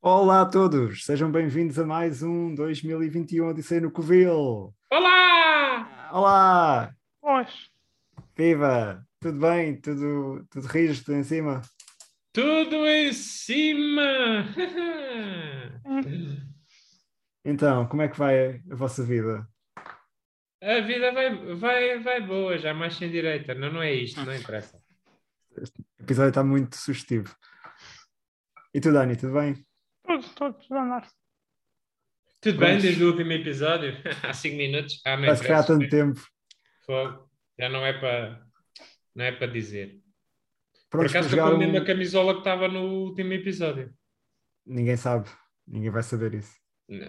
Olá a todos, sejam bem-vindos a mais um 2021 Odisseia no Covil. Olá! Olá, Nós. viva! Tudo bem? Tudo, tudo rijo, tudo em cima? Tudo em cima! Então, como é que vai a vossa vida? A vida vai, vai, vai boa, já mais sem direita. Não, não é isto, não interessa. O episódio está muito sugestivo. E tu, Dani, tudo bem? Todos, todos, andar. Tudo bem desde o último episódio? Há 5 minutos? Ah, não Parece que já há interessa. tanto tempo. Fogo. Já não é para não é para dizer. Por Prontos para acaso estou com jogar a um... mesma camisola que estava no último episódio. Ninguém sabe, ninguém vai saber isso.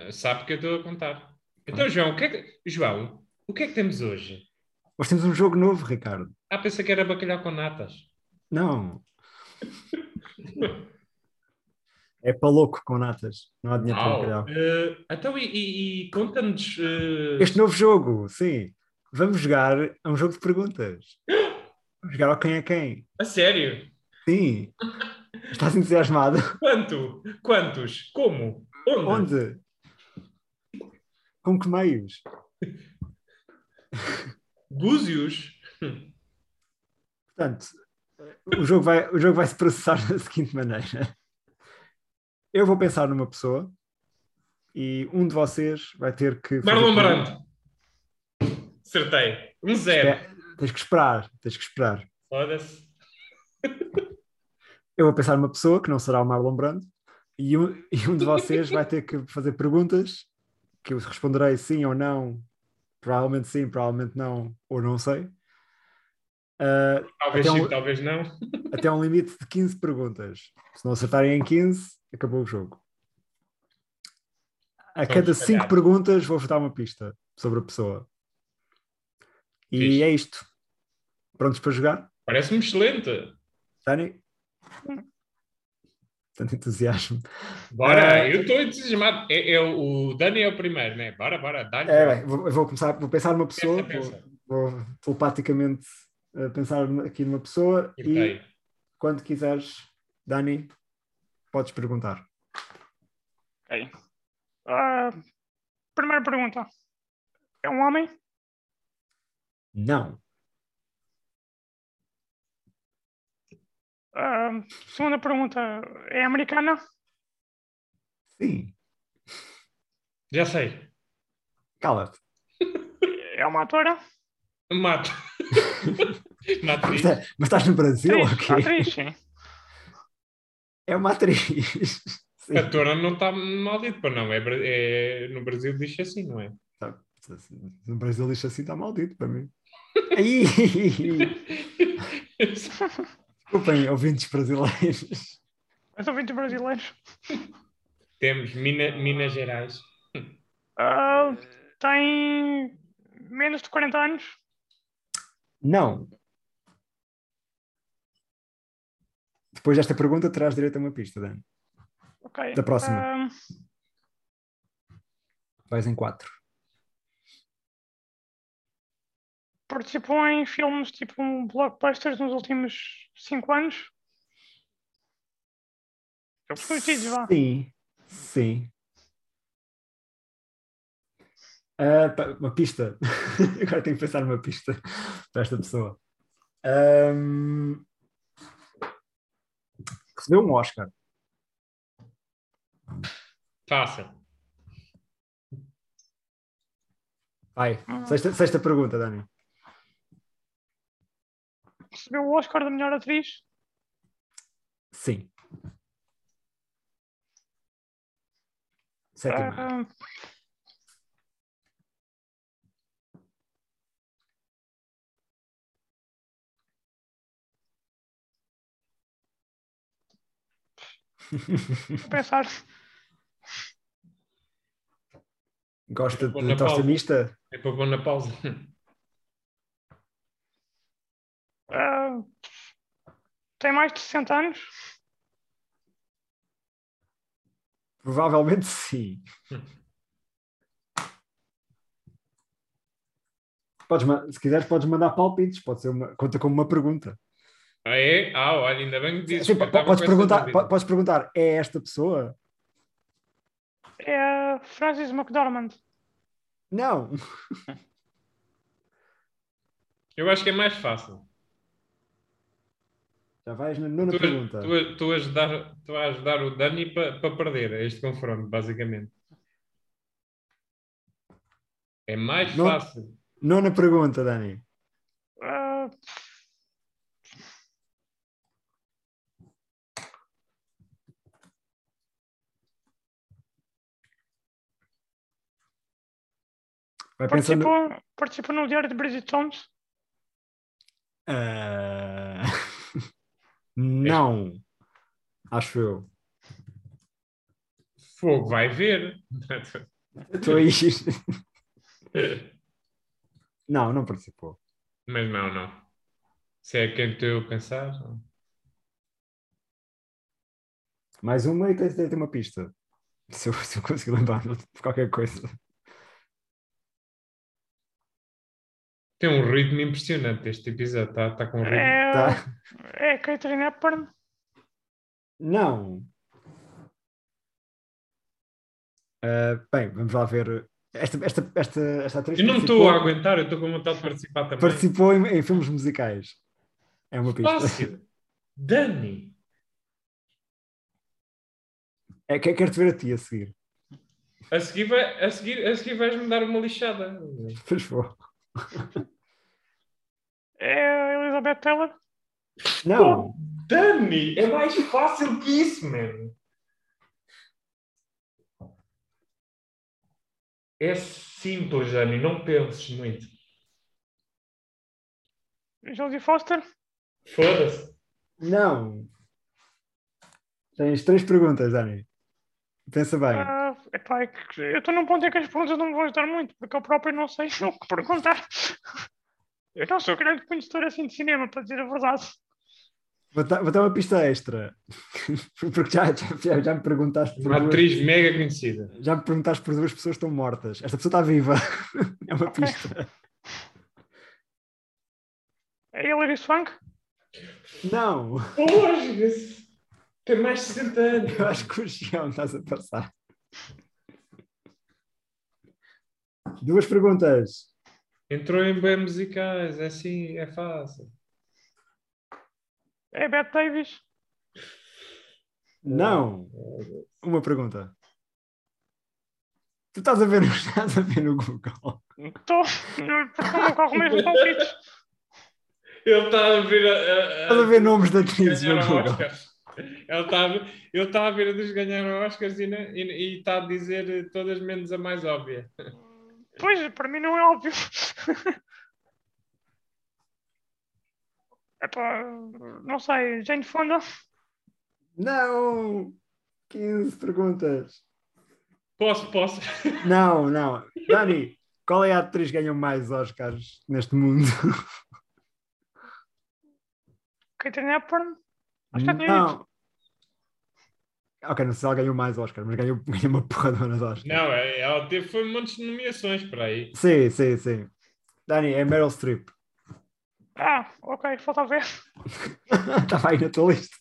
Sabe que eu estou a contar. Então, João, o que é que... João, o que é que temos hoje? Hoje temos um jogo novo, Ricardo. Ah, pensei que era bacalhau com natas. Não. É para louco com natas, não há dinheiro para Uau. bacalhau. Eh, então, e, e- e conta-nos. eh, Este novo jogo, sim. Vamos jogar a um jogo de perguntas. Vamos jogar ao quem é quem. A sério? Sim. Estás entusiasmado? Quanto? Quantos? Como? Onde? Onde? Com que meios? Búzios? Portanto, o jogo, vai, o jogo vai se processar da seguinte maneira. Eu vou pensar numa pessoa e um de vocês vai ter que. fazer Marlon perguntas. Brando. Acertei. Um zero. É, Tens que esperar, tens que esperar. Foda-se. Eu vou pensar numa pessoa que não será o Marlon Brando e um, e um de vocês vai ter que fazer perguntas que eu responderei sim ou não, provavelmente sim, provavelmente não, ou não sei. Ah, Talvez Então- sim, talvez não. até um limite de 15 perguntas. Se não acertarem em 15, acabou o jogo. A cada se 5 calhar. perguntas vou-vos dar uma pista sobre a pessoa. E Fixe. é isto. Prontos para jogar? Parece-me excelente. Dani? Tanto entusiasmo. Bora, Eh, eu estou entusiasmado. É, é o o Dani é o primeiro, né? Bora, bora, dá-lhe. É, bem, vou, eu vou começar, vou pensar numa pessoa, Pensa, pensa. vou, vou telepaticamente eh, pensar aqui numa pessoa e Acertei. quando quiseres, Dani, podes perguntar. Ok. Ah, primeira pergunta. É um homem? Não, Ah, segunda pergunta. É americana? sim, Já sei. cala-te. É uma atora? Mato. Mato Mas, isso. tá- mas estás no Brasil? Atriz, ok? atriz, sim. É uma atriz. Sim. A Tora não tá está maldito, pá, não. É, bra- é- no Brasil diz assim, não é? No Brasil isto assim está maldito para mim. Aí, desculpem, ouvintes brasileiros. Mas ouvintes brasileiros. Temos Mina- Minas Gerais. Ah, tem menos de 40 anos? Não. Depois desta pergunta terás direito a uma pista, Dani. Ok. Da próxima. Ah, Vais em quatro. participou em filmes tipo blockbusters nos últimos 5 anos? Eu preciso, vá. Sim, sim. Ah, pá, uma pista. Agora tenho que pensar numa pista para esta pessoa. Ahm, Recebeu um Oscar. Fácil. Vai, sexta, sexta pergunta, Dani. Recebeu o Oscar da melhor atriz? Sim. Sétima. Ah, Vou pensar. Gosta Bom, de na tosta pausa. mista? É para pôr na pausa. Ah, tem mais de 60 anos? Provavelmente sim. Podes, ma- se quiseres, podes mandar palpites. Pode ser uma, conta como uma pergunta. Ah, é? Ah, olha, ainda bem que dizes. Sim, porque eu po- estava podes, com essa perguntar, dúvida. po- podes perguntar: é esta pessoa? é a Francis McDormand. Não! Eu acho que é mais fácil. Já vais na nona Tu, é, pergunta. tu, tu, ajudar, tu a ajudar o Dani para perder é este confronto, basicamente. É mais Não- fácil. Nona pergunta, Dani. Ah, Vai Tá pensando. participou, participou no Diário de Bridget Jones. Ah, não. Acho eu. Fogo, vai ver. Estou aí. Não, não participou. Mas não, não. Se é quem estou a pensar. não. Mais uma e tens tens uma pista. Se eu, se eu conseguir lembrar de qualquer coisa. Tem um ritmo impressionante este episódio. Está tá com um ritmo. É, Tá. é a Catherine Hepburn. Não. Ah, bem, vamos lá ver. Esta, esta, esta, esta atriz Eu não estou participou, a é? aguentar, eu estou com vontade de participar também. participou em, em filmes musicais. É uma pista. Fácil. Dani. É, que- Quero-te ver a ti a seguir. A seguir, vai, a seguir, a seguir vais-me dar uma lixada. Pois vou. É a Elizabeth Taylor. Não. Oh, Dani, é mais fácil que isso, mano. É simples, Dani, não penses muito. Jodie Foster. Foda-se. Não. Tens três perguntas, Dani. Pensa bem. Ah, epá, é que eu estou num ponto em que as perguntas não me vão ajudar muito, porque eu próprio não sei o que perguntar. Eu não sou grande conhecedor assim de cinema, para dizer a verdade. Vou, dar, vou dar uma pista extra. Porque já, já- já, já me perguntaste. por Uma duas- atriz mega conhecida. Já me perguntaste por duas pessoas que estão mortas. Esta pessoa está viva. É uma Ok. pista. É Hilary Swank? Não. Porra-se. Tem mais de 60 anos. Eu acho que o Gião estás a passar. Duas perguntas. Entrou em bem musicais, é assim, é fácil. É Bette Davis? Não. Uma pergunta. Tu estás a ver, estás a ver no Google. Estou, porque não corro mesmo com pitch. Ele está a ver Tá a- a- Estás a ver nomes de atrizes no ganharam Google. Oscars. Ele está a ver, ele está a ver a dos que ganharam Oscars e, na- e- e está a dizer eh, todas menos a mais óbvia. Pois, para mim não é óbvio. Epá, não sei, Jane Fonda? Não! 15 perguntas. Posso, posso. Não, não. Dani, qual é a atriz que ganha mais Oscars neste mundo? Catherine Hepburn? Acho que já tinha dito. Não. Ok, não sei se ela ganhou mais Oscars, mas ganhou, ganhou uma porradona de Oscars. Não, é- ela teve foi um monte de nomeações por aí. Sim, sim, sim. Dani, é Meryl Streep. Ah, ok, falta ver. Estava aí na tua lista.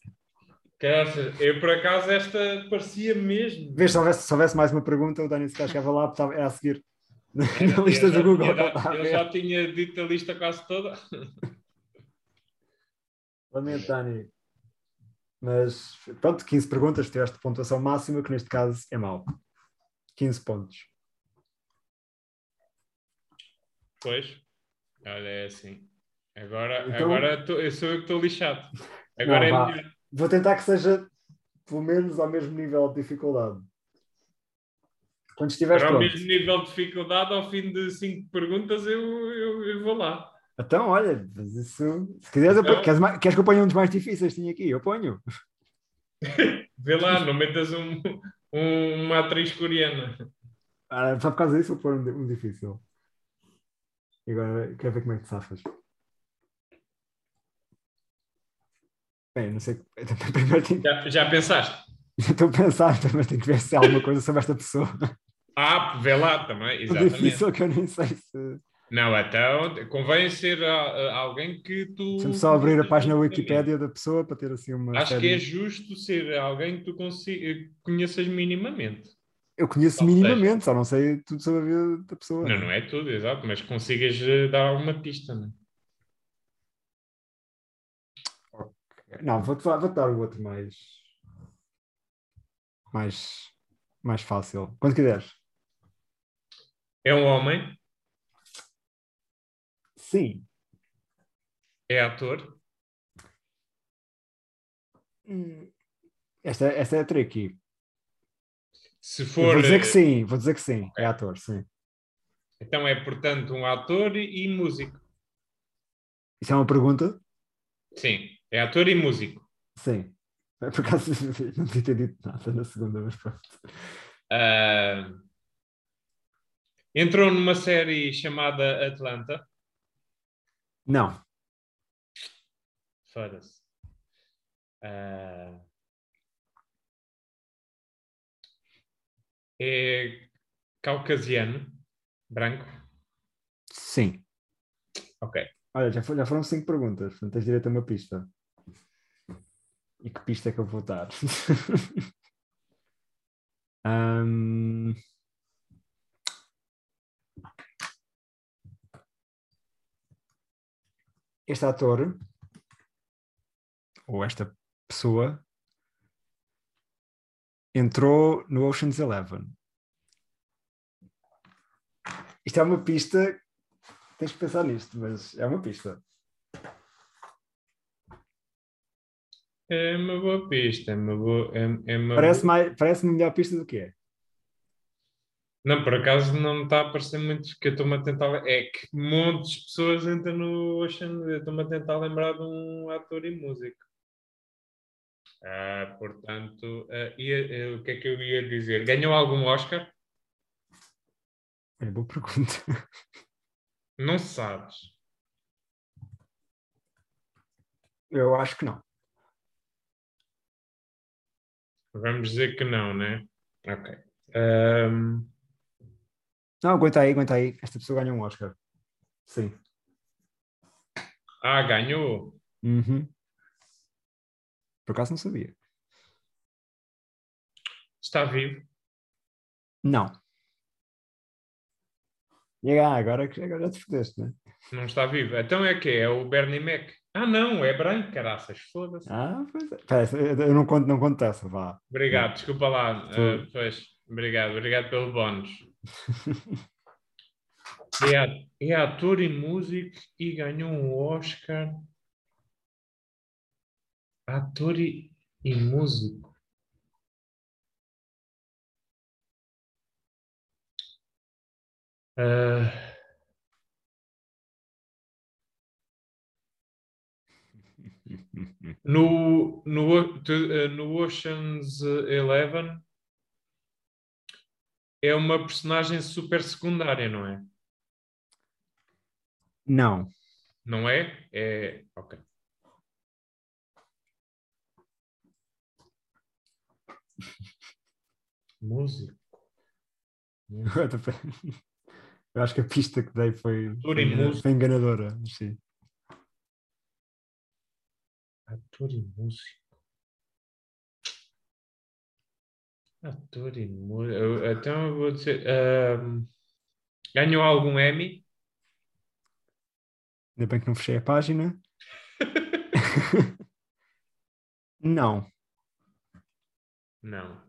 Caraças, eu por acaso esta parecia mesmo. Vês, se houvesse, se houvesse mais uma pergunta, o Dani se calhar chegava lá, estava- era a seguir. Na, na Ele lista já do Google. tinha não dado- está a ele ver. já tinha dito a lista quase toda. Lamento, Dani. Mas pronto, 15 perguntas, tiveste pontuação máxima, que neste caso é mau. 15 pontos. Pois, olha, é assim. Agora, Então- agora tô- eu sou eu que estou lixado. Agora Não, é vá. melhor. Vou tentar que seja pelo menos ao mesmo nível de dificuldade. Quando estiveres Era ao pronto. mesmo nível de dificuldade, ao fim de cinco perguntas, eu, eu, eu vou lá. Então, olha, mas isso. Se quiseres, eu ponho- Então- queres, mais- queres que eu ponha um dos mais difíceis? Tinha aqui, eu ponho. Vê lá, não metas um, um- uma atriz coreana. Ah, só por causa disso, vou pôr um, di- um difícil. E agora, quero ver como é que te safas. Bem, não sei. Primeiro tenho Já, já pensaste? Estou a pensar também, tenho que ver se há alguma coisa sobre esta pessoa. Ah, vê lá Exatamente. também, exatamente. Difícil que eu nem sei se. Não, então convém ser ah, ah, alguém que tu. Deixa-me só abrir a página Wikipédia da pessoa para ter assim uma. Acho que série. é justo ser alguém que tu consi- conheças minimamente. Eu conheço Não sei. minimamente, só não sei tudo sobre a vida da pessoa. Não, não é tudo, exato, mas consigas eh, dar alguma pista, né? Não, vou-te vou dar o outro mais. Mais. Mais fácil. Quando quiseres. É um homem, Sim. é ator, Hum. Esta, esta é a tricky. se Eu for. Vou dizer eh, que sim, vou dizer que sim. É ator, sim. Então é, portanto, um ator e músico. Isso é uma pergunta? Sim, é ator e músico. Sim. Por acaso não devia ter dito nada na segunda, mas pronto. Ah, entrou numa série chamada Atlanta. Não. Foda-se. Ah, é caucasiano, branco. Sim. Ok. Olha, já, fo- já foram cinco perguntas, portanto tens direito a uma pista. E que pista é que eu vou dar? Ahm. Este ator, ou esta pessoa, entrou no Ocean's Eleven. Isto é uma pista, tens que pensar nisto, mas é uma pista. É uma boa pista. É uma boa, é, é uma Parece boa- mais, parece melhor pista do que é. Não, por acaso não me está a parecer muito que eu estou-me a tentar. le- É que montes de pessoas entram no Ocean. Eu estou-me a tentar lembrar de um ator e músico. Ah, portanto, ah, ia- eh, o que é que eu ia dizer? Ganhou algum Oscar? É boa pergunta. Não sabes. Eu acho que não. Vamos dizer que não, né? Ok. Ahm, Não, aguenta aí, aguenta aí. Esta pessoa ganha um Oscar. Sim. ah, ganhou. Uhum. Por acaso não sabia. Está vivo. Não. E ah, agora, que- agora já te fodeste, né? Não está vivo. Então é que é o Bernie Mac. Ah, não, é branco, caraças. Foda-se. Ah, pois é. Espera, essa- eu não conto, não conto essa, vá. Obrigado, desculpa lá. Foi. ah, pois, obrigado, obrigado pelo bónus. É, a- é ator e músico e ganhou um Oscar. Ator e, e músico. Ah. No, no, O- tu- eh, no Ocean's Eleven é uma personagem super secundária, não é? Não. Não é? É. Ok. Músico. Eu acho que a pista que dei foi, Ator foi, e engana- músico. foi enganadora. mas Sim. Ator e músico. Ator e músico. Eu- Então eu vou dizer. ahm, ganhou algum Emmy? Ainda bem que não fechei a página. não. Não.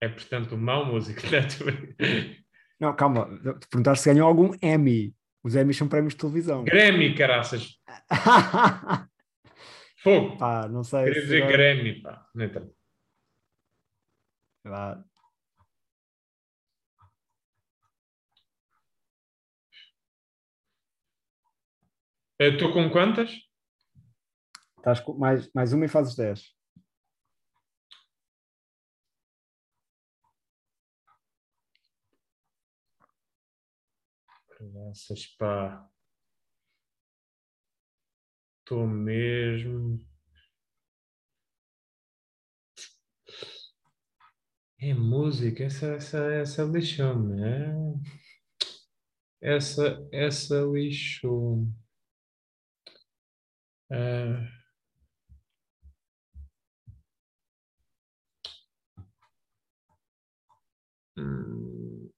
É, portanto, um mau músico. não é? Tô bem. Não, calma. Te perguntar se ganhou algum Emmy. Os Emmys são prémios de televisão. Grammy, caraças. Fogo. Pá, não sei. Queria se dizer agora- Grammy, pá. Não entra. Vá. Eh, Estou com quantas? Estás com mais, mais uma e fazes 10. Caraças, pá. Estou mesmo. É música, essa, essa, essa lixou-me. é? Essa, essa lixou-me. Ah. Hum.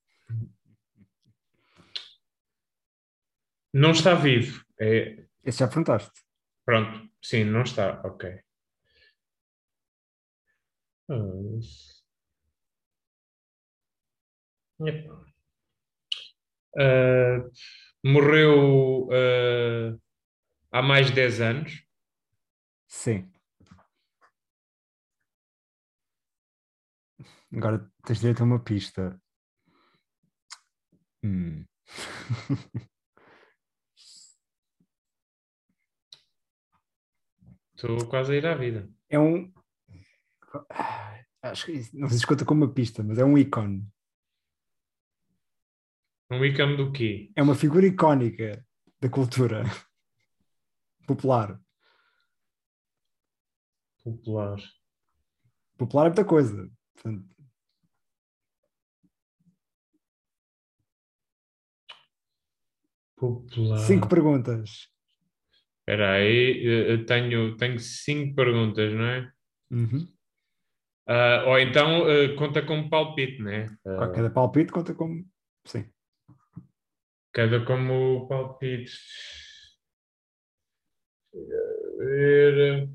Não está vivo. É, Esse já perguntaste. pronto, sim, não está. Ok. Hum. Epá. Ah, morreu ah, há mais de 10 anos. Sim. Agora tens direito a uma pista. Hum. Estou quase a ir à vida. É um. Ah, Acho que isso- não sei se conta como uma pista, mas é um ícone. Um ícone do quê? É uma figura icónica da cultura popular. Popular. Popular é muita coisa. Portanto, Popular. cinco perguntas. Espera aí, eu eu tenho, tenho cinco perguntas, não é? Uhum. Ah, ou então ah, conta como palpite, não é? Ah, Cada palpite conta como. Sim. Cada como palpite. Ver.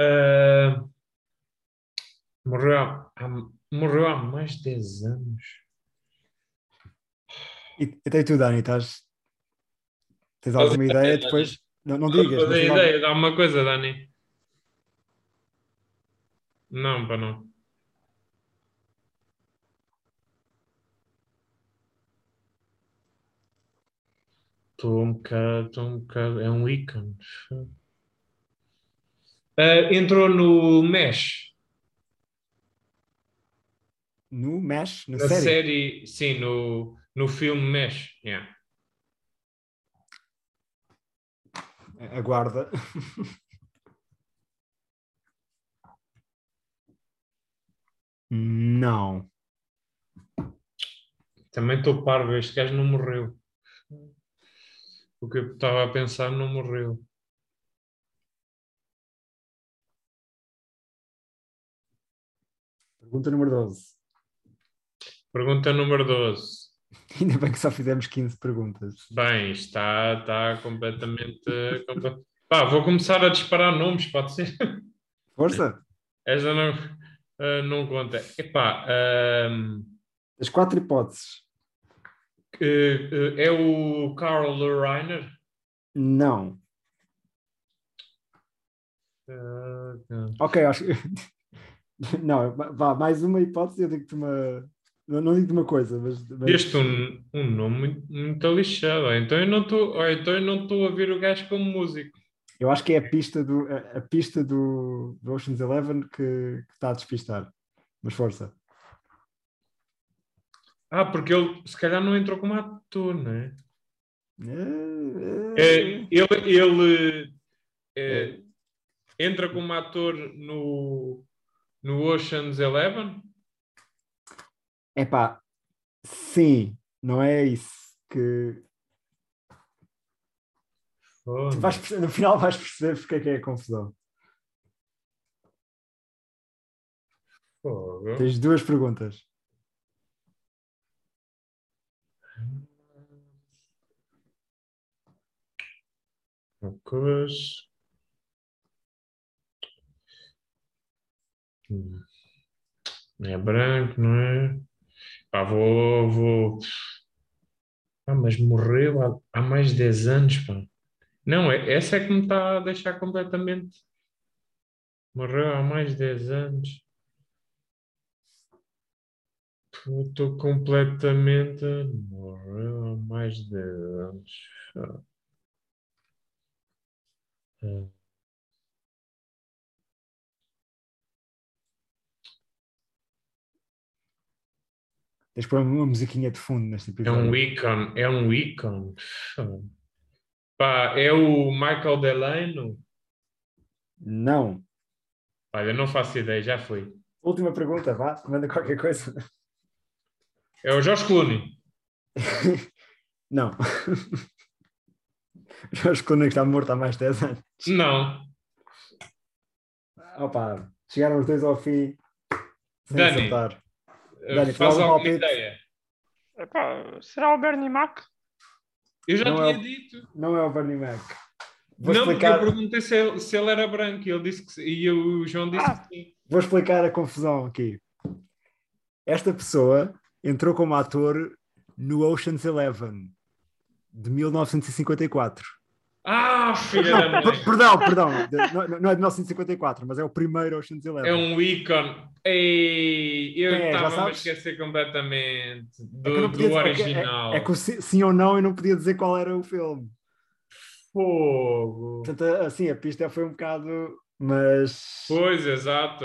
Ah, morreu, há, há- morreu há mais de 10 anos. E até tu, Dani, estás. Tens alguma ideia? Depois. Não, não digas. mas Não tenho tens alguma- ideia, dá uma coisa, Dani. Não, para não. Estou um bocado, estou um bocado. É um ícone. Ah, entrou no Mesh, No Mesh, na, na série. série, sim, no, no filme Mesh. yeah. Aguarda. Não. Também estou parvo, este gajo não morreu. O que eu estava a pensar não morreu. Pergunta número 12. Pergunta número 12. Ainda bem que só fizemos 15 perguntas. Bem, está, está completamente. comple- Pá, vou começar a disparar nomes, pode ser? Força! Essa não, eh, não conta. Epá, ehm, ahm, As quatro hipóteses. que- eh, é o Carl Reiner? Não. Ah, não. Ok, acho que. Não, vá, mais uma hipótese, eu digo-te uma. Não, não digo-te uma coisa, mas. mas- Deste um, um nome muito, muito lixado. ou Então eu não estou ou então eu não estou a ver o gajo como músico. Eu acho que é a pista do, a, a pista do, do Ocean's Eleven que, que está a despistar. Mas força. Ah, porque ele se calhar não entrou como ator, não é? É, É, é. ele ele, é, entra como ator no, no Ocean's Eleven? Epá, sim, não é isso que. Oh, tu vais perce- no final vais perceber porque é que é a confusão. fogo. Tens duas perguntas. Loucuras. Hum. É branco, não é? Pá, vou, vou. Ah, mas morreu há, há mais de 10 anos, pá. Não, é- essa é que me está a deixar completamente. Morreu há mais de 10 anos. Estou completamente. Morreu há mais de 10 anos. Ah. Tens de pôr uma musiquinha de fundo neste É episódio. um ícone, é um ícone. Pá, é o Michael Delano? Não. Olha, não faço ideia, já foi. Última pergunta, vá, manda qualquer coisa. É o Josh Clooney. Não. Jorge Clooney que está morto há mais de 10 anos. Não. Opa, chegaram os dois ao fim. sem Dani. acertar. Eh, Dani, Faz fala um alguma palpite. ideia. Epá, será o Bernie Mac? Eu já Não tinha é o- dito. Não é o Bernie Mac. Vou, não, explicar, porque eu perguntei se ele, se ele era branco e ele disse que sim. E eu- o João disse Ah. que sim. vou explicar a confusão aqui. Esta pessoa entrou como ator no Ocean's Eleven de 1954. Ah, filha da Não, per- mãe! perdão, perdão. De- não, não é de 1954, mas é o primeiro Ocean's Eleven. É um ícone. Ei, eu É, já estava a sabes? esquecer completamente É que do, eu não podia do dizer- é que- é- original. É, que o si- sim ou não eu não podia dizer qual era o filme. Fogo. Portanto, a- assim, a pista foi um bocado. Mas. Pois, exato.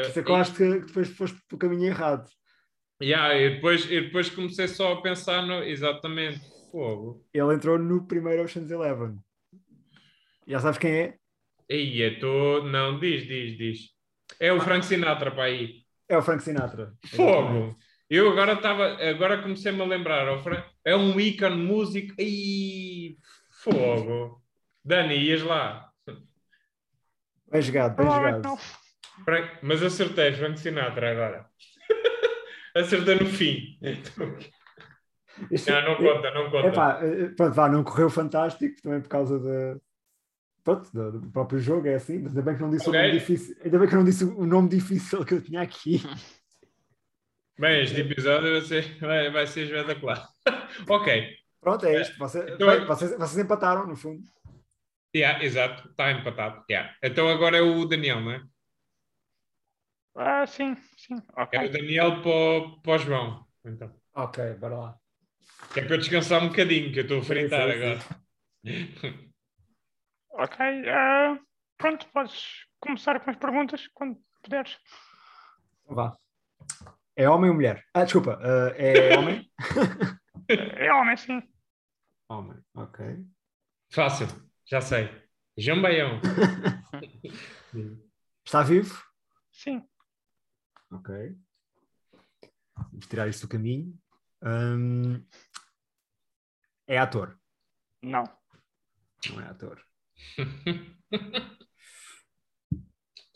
Por isso é que eu acho que que depois foste pelo caminho errado. Yeah, e, depois, e depois comecei só a pensar no. Exatamente. Fogo. Ele entrou no primeiro Ocean's Eleven. Já sabes quem é? Ei, eu estou. Não, diz, diz, diz. É o Frank Sinatra para aí. É o Frank Sinatra. Fogo! Eu agora estava. Agora comecei-me a lembrar. o Fran- É um ícone músico. Ei, fogo! Dani, ias lá. Bem jogado, bem Provavelmente não. jogado. Frank- Mas acertei, Frank Sinatra agora. Acertei no fim. Isto- Não, não conta, não conta. Epá, é, eh, pronto, vá, não correu fantástico, também por causa da. Pronto, do, do próprio jogo, é assim. Ainda bem que não disse Ok. o nome difícil. Ainda bem que não disse o nome difícil que eu tinha aqui. Bem, este episódio vai ser, vai, vai ser espetacular. ok, Pronto, é isto. Você- Então- bem, vocês, vocês empataram, no fundo. yeah, exato, está empatado. yeah. Então agora é o Daniel, não é? Ah, sim, sim. É o Ok. Daniel para o- para o João. Então. Ok, bora lá. Que é para eu descansar um bocadinho, que eu estou a fritar Sim, sim, agora. Ok. ah, pronto, podes começar com as perguntas quando puderes. Então Vá. É homem ou mulher? Ah, desculpa. eh, é homem? É homem, sim. homem, ok. Fácil, já sei. Jambaião. Está vivo? Sim. Ok. Vamos tirar isso do caminho. Hum, é ator. Não. Não é ator.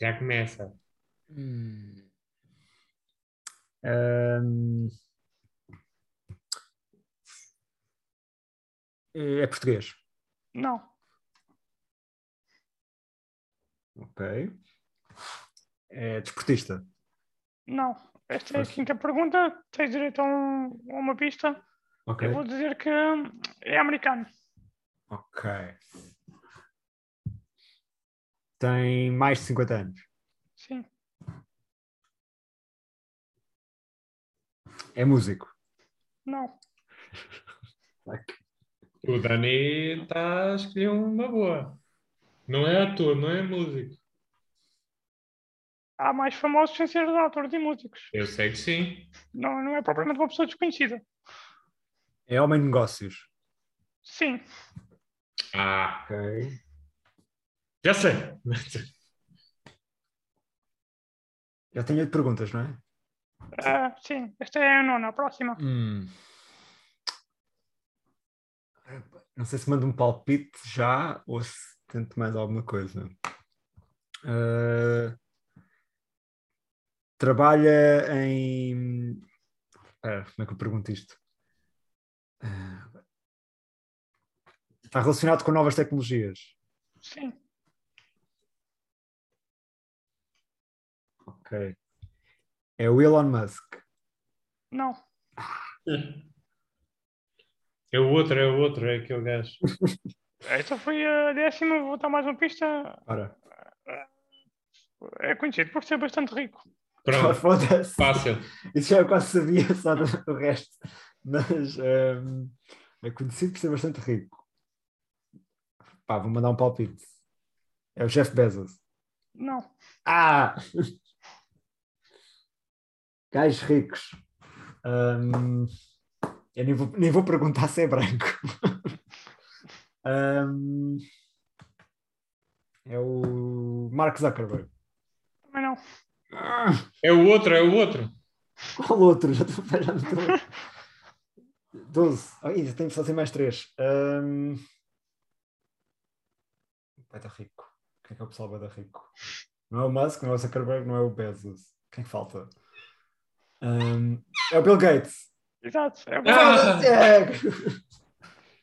já começa. Hum, é português. Não. Ok. É desportista. Não. Esta é a Ok. quinta pergunta. Tens direito a, um- a uma pista. Ok. Eu vou dizer que hum, é americano. Ok. Tem mais de 50 anos. Sim. É músico. Não. O Dani está a escolher uma boa. Não é ator, não é músico. Há mais famosos sem ser autores e músicos. Eu sei que sim. Não, não é propriamente uma pessoa desconhecida. É homem de negócios. Sim. Ah, Ok. já sei. Já tenho oito perguntas, não é? Ah, sim. Esta é a nona. A próxima. Não sei se mando um palpite já ou se tento mais alguma coisa. Ah, trabalha em. Ah, como é que eu pergunto isto? Ah, está relacionado com novas tecnologias. Sim. Ok. É o Elon Musk. Não. É o outro, é o outro, é aquele gajo. Esta foi a décima. Vou dar mais uma pista. Ora, É conhecido por ser bastante rico. Pronto, foda-se. fácil. Isso já eu quase sabia, só do, do resto. Mas ehm, é conhecido por ser bastante rico. Pá, vou mandar um palpite. É o Jeff Bezos. Não. Ah! Gajos ricos. Ehm, eu nem vou, nem vou perguntar se é branco. Ehm, é o Mark Zuckerberg. Também não. Ah! É o outro, é o outro. Qual outro? Já estou já me estou. 12. Ainda tem só tem mais 3. Um... Beta rico. Quem é que é o pessoal beta rico? Não é o Musk, não é o Zuckerberg, não é o Bezos. Quem é que falta? Ahm, é o Bill Gates. Exato. É bom. Ah! É.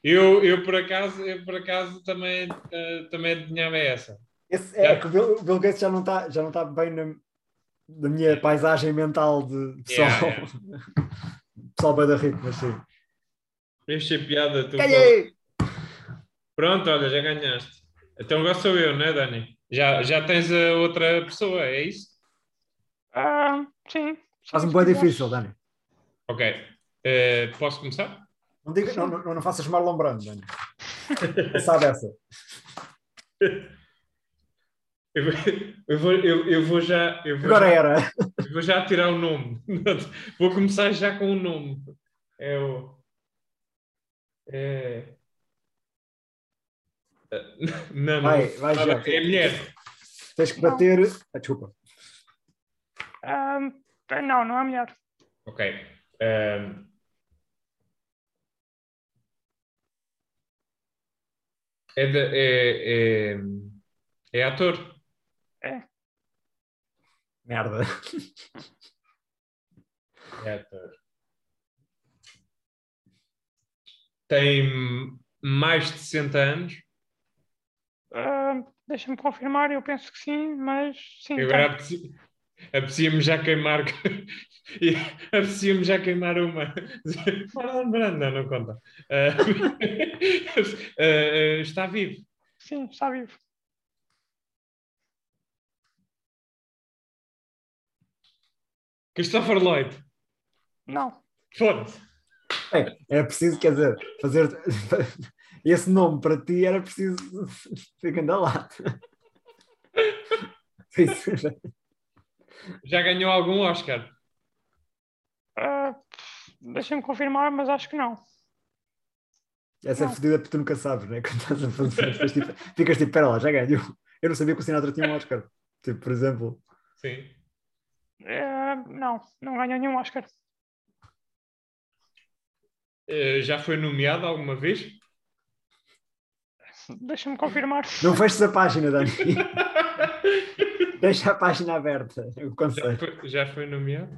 Eu, eu, por acaso, eu por acaso também, eh, também adivinhava essa. Esse- é que o Bill, o Bill Gates já não está já não tá bem na, na minha paisagem mental de pessoal. Yeah, yeah. Pessoal bem da rico, mas sim. Esta é piada tu. Ganhei! Pronto, olha, já ganhaste. Então agora sou eu, não é, Dani? Já, já tens a outra pessoa, é isso? Ah, sim. Faz-me bem difícil, Dani. Ok. Eh, posso começar? Não, diga, não, não, não faças Marlon Brando, Dani. Não Sabe essa? Eu, eu vou, eu, eu vou já. Eu vou Agora é já- era. Eu Vou já tirar o nome. Vou começar já com o nome. É o. É. Não, não. Vai, vai, Ah, Jorge. é mulher. Tens que bater. Ah, desculpa. Ah, não, não é melhor. Ok. Ahm. É, da- é, é, é ator. Merda. É ator. Tem mais de 60 anos. Ah, Deixa-me confirmar, eu penso que sim, mas sim. Eu tem. Agora apete- apetecia-me já queimar. e apetecia-me já queimar uma. Marlon Brando, não, não conta. Ah, ah, está vivo. Sim, está vivo. Christopher Lloyd. Não. Foda-se. Bem, era preciso, quer dizer, fazer. Esse nome para ti era preciso. Fica andar lá. Isso. Já ganhou algum Oscar? Ah, Deixa-me confirmar, mas acho que não. Essa é Não. fodida porque tu nunca sabes, né? Quando estás a fazer. Ficas tipo, ficas tipo, pera lá, já ganhou. Eu não sabia que o Sinatra tinha um Oscar. Tipo, por exemplo. Sim. Ah, não, não ganhou nenhum Oscar. Ah, já foi nomeado alguma vez? Deixa-me confirmar. Não feches a página, Dani. Deixa a página aberta. É O Já conselho. foi, já foi nomeado?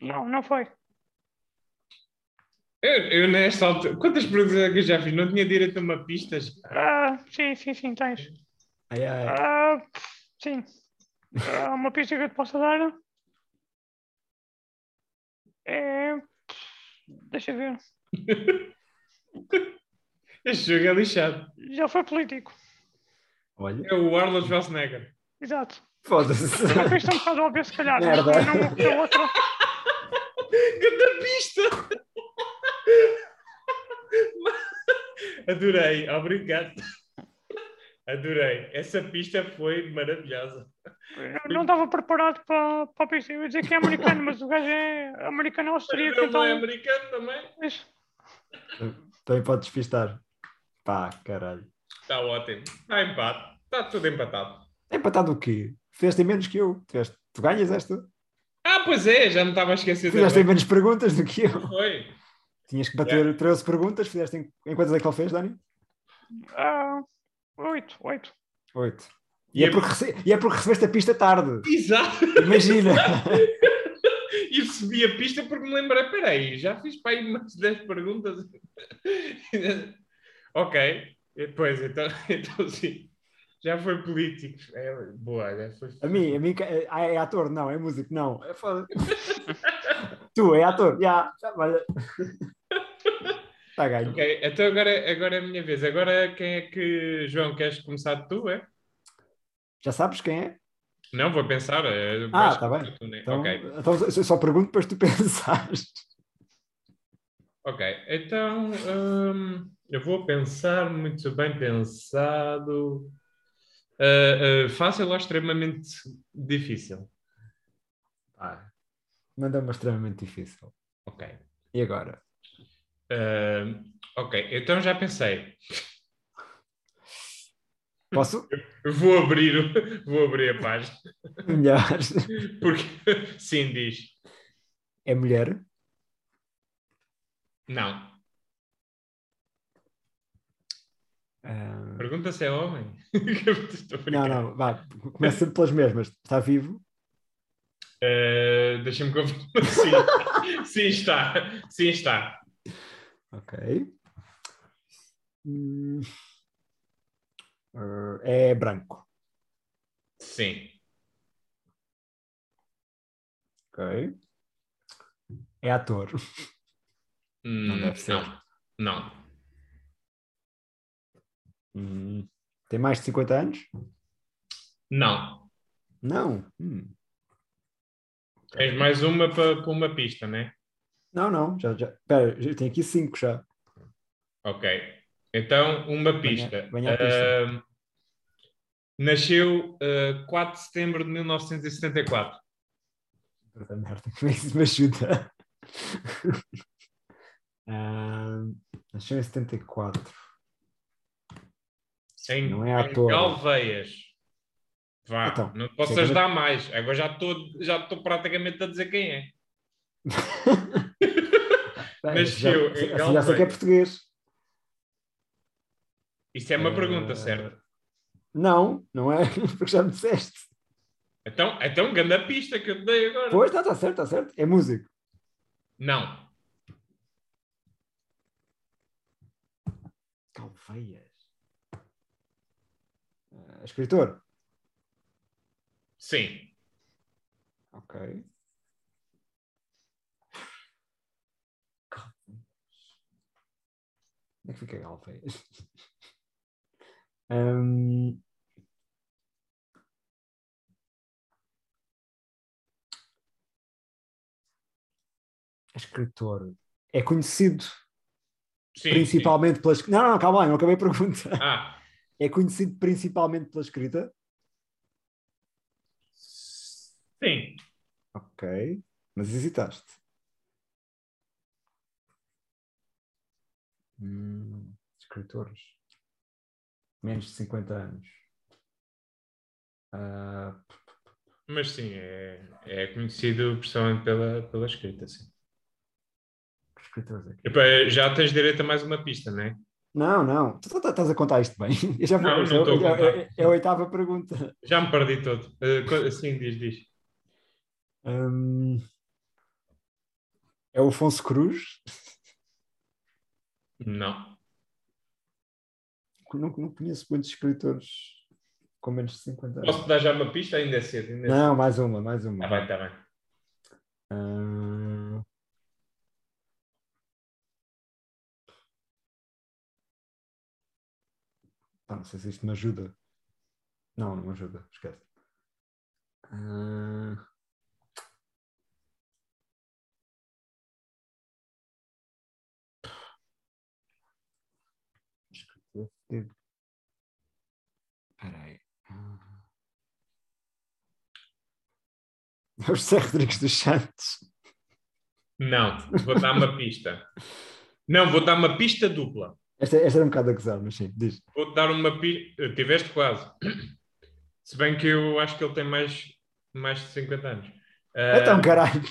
Não, não foi. Eu, eu nesta altura. Quantas perguntas é que eu já fiz? Não tinha direito a uma pista? Ah, sim, sim, sim, tens. Ai, ai. Ah, sim. Ah, uma pista que eu te posso dar é. Deixa eu ver. Este jogo é lixado. Já foi político. Olha. É o Arnold Schwarzenegger. Exato. Foda-se. Uma pista um bocado óbvia, se calhar. mas Merda. Não, é outra. Grande pista! Adorei, obrigado. Adorei. Essa pista foi maravilhosa. Eu não estava preparado para, para a pista. Eu ia dizer que é americano, mas o gajo é americano austríaco. Não Então, é americano também? Pois, Também pode despistar. Pá, caralho. Está Tá ótimo. Está empate. Está tudo empatado. É patado o quê? Fizeste em menos que eu. Fizeste- Tu ganhas esta? Ah, pois é, já me estava a esquecer Fizeste em também. menos perguntas do que eu. Foi. Tinhas que bater 13 perguntas. Fizeste em... em quantas é que ele fez, Dani? ah, oito, oito. 8. E E, é é- porque rece- e é porque recebeste a pista tarde. Exato. Imagina. E recebi a pista porque me lembrei. Espera aí, já fiz para aí umas 10 perguntas. ok. Eh, Pois, então, então sim. Já foi político. É, boa, já foi. A mim, a mim que- é- ah, é ator, não, é músico, não. É foda. tu, é ator, já. já, olha. Está ganho. Ok, então agora, agora é a minha vez. Agora quem é que. João, queres começar tu, é? Já sabes quem é? Não, vou pensar. eh, Ah, vais tá começar bem. tu, né? Então, Ok, então eu só pergunto depois tu pensares. ok. Então hum, eu vou pensar muito bem pensado. Ah, ah, fácil ou extremamente difícil? Pá, Manda é uma extremamente difícil. Ok. E agora? Ah, ok, então já pensei. Posso? Eu Vou abrir, o- vou abrir a página. Melhor. Porque sim, diz. É mulher? Não. Ah, Pergunta se é homem. Estou a não, brincar. não, vá, começa sempre pelas mesmas. Está vivo? Eh, Deixa-me confirmar. Sim. Sim, está. Sim, está. Ok. Hum. Ah, é branco. Sim. Ok. É ator. Hum, Não deve ser. Não. Não. Hum. Tem mais de 50 anos? Não. Não. Hum. Tens mais uma para uma pista, né? Não, não. Já, já. Espera, já tenho aqui 5 já. Ok. Então, uma pista. venha a Ahm, nasceu eh, 4 de setembro de 1974. Puta merda, como é que isso me ajuda? Ah, Nasceu em 74. Em, Não é à em toa. Galveias. Vá, Então, não te posso chega- ajudar mais. Agora já estou já estou praticamente a dizer quem é. Bem, Nasceu já, em assim já sei que é Galway. português. Isso é uma Eh, pergunta, certo? Não, não é, porque já me disseste. Então, então grande a pista que eu te dei agora. Pois, está tá certo, está certo. É músico. Não. Calveias. Ah, escritor. Sim. Ok. Calveias. Onde é que fica Calveias? Hum. Escritor. É conhecido Sim, principalmente pela escrita. Não, não, calma lá, não acabei a pergunta. sim. Ah, É conhecido principalmente pela escrita. sim. Ok. Mas hesitaste. Hum, escritores. Menos de 50 anos. Ah, Mas sim, é, é conhecido principalmente pela, pela escrita, sim. que escritores é que- Epá, Já tens direito a mais uma pista, não é? Não, não. Tu tá- tá- estás a contar isto bem. Eu já Não, não isto é- estou a é, é- é a oitava pergunta. Já me perdi todo. Eh, co- Sim, diz, diz. Hum, é o Afonso Cruz. Não. Não, não conheço muitos escritores com menos de 50 anos. Posso dar já uma pista? Ainda é cedo. Ainda é cedo. Não, mais uma, mais uma. Tá bem, tá bem. Ah. Pá, não sei se isto me ajuda. Não, não me ajuda, esquece. Ah. Espera aí. Ah. É o José Rodrigues dos Santos. Não, vou dar uma pista. Não, vou dar uma pista dupla. Esta, esta era um bocado a gozar, mas sim, diz. Vou-te dar uma pista. Tiveste quase. Se bem que eu acho que ele tem mais, mais de 50 anos. Ah, Então, caralho.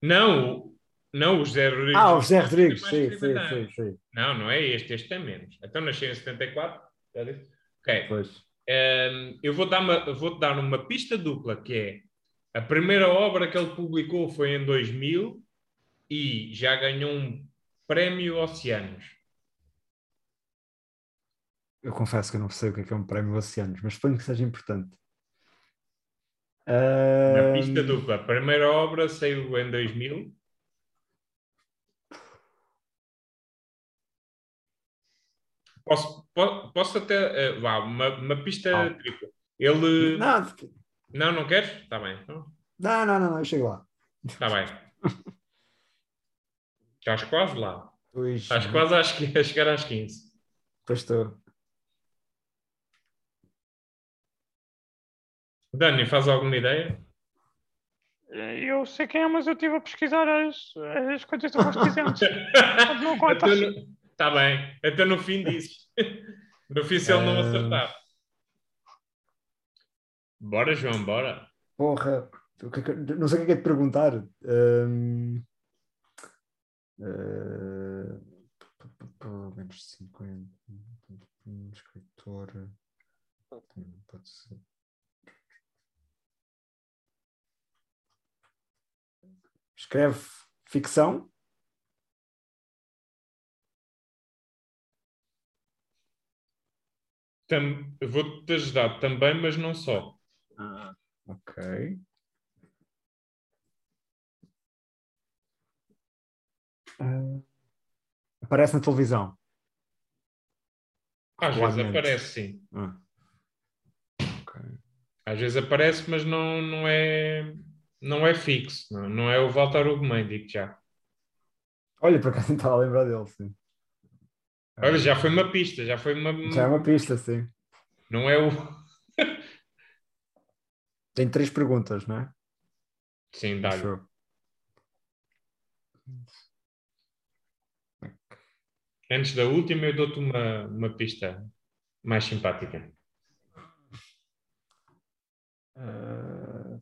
Não, o- não o José Rodrigues. Ah, o José Rodrigues, Tem sim, mais de sim, 50 sim, anos. sim. Não, não é este. Este tem menos. Então nasceu em 74. Já disse? Ok. Pois. Ahm, eu vou dar uma, vou-te dar uma pista dupla, que é a primeira obra que ele publicou foi em 2000 e já ganhou um prémio Oceanos. Eu confesso que eu não sei o que é, que é um prémio Oceanos, mas suponho que seja importante. Ah, Uma Ehm. pista dupla. A primeira obra saiu em 2000. Posso, po- posso até. eh, vá, uma, uma pista Ah. tripla. Ele. Não, Não, de- não, queres? Está bem. então. não, não, não, não, eu chego lá. Está bem. Estás quase lá. Pois, Estás quase às qui- a chegar às 15. Pois estou. Dani, faz alguma ideia? Eu sei quem é, mas eu estive a pesquisar as, as coisas do pesquisando. Portanto, não conta. Está tá bem. Até no fim dizes. No fim, se ele não Ah. acertar. Bora, João, bora. Porra, o que é que- não sei o que é que é de perguntar. Ahm, ah, pelo menos 50. Um escritor. Também Pode ser. Escreve ficção. Tam- eu Vou-te ajudar também, mas não só. Ok. Ah, aparece na televisão. Às vezes Claramente. aparece, sim. Ah. Ok. Às vezes aparece, mas não, não é não é fixo. Não, não é o Walter Ugman, digo já. Olha, por acaso não estava a lembrar dele, sim. Olha, já foi uma pista, já foi um uma. Ah. Já é uma pista, sim. Não é o. Tem três perguntas, não é? Sim, dá Acho eu. Antes da última, eu dou-te uma, uma pista mais simpática. Ah.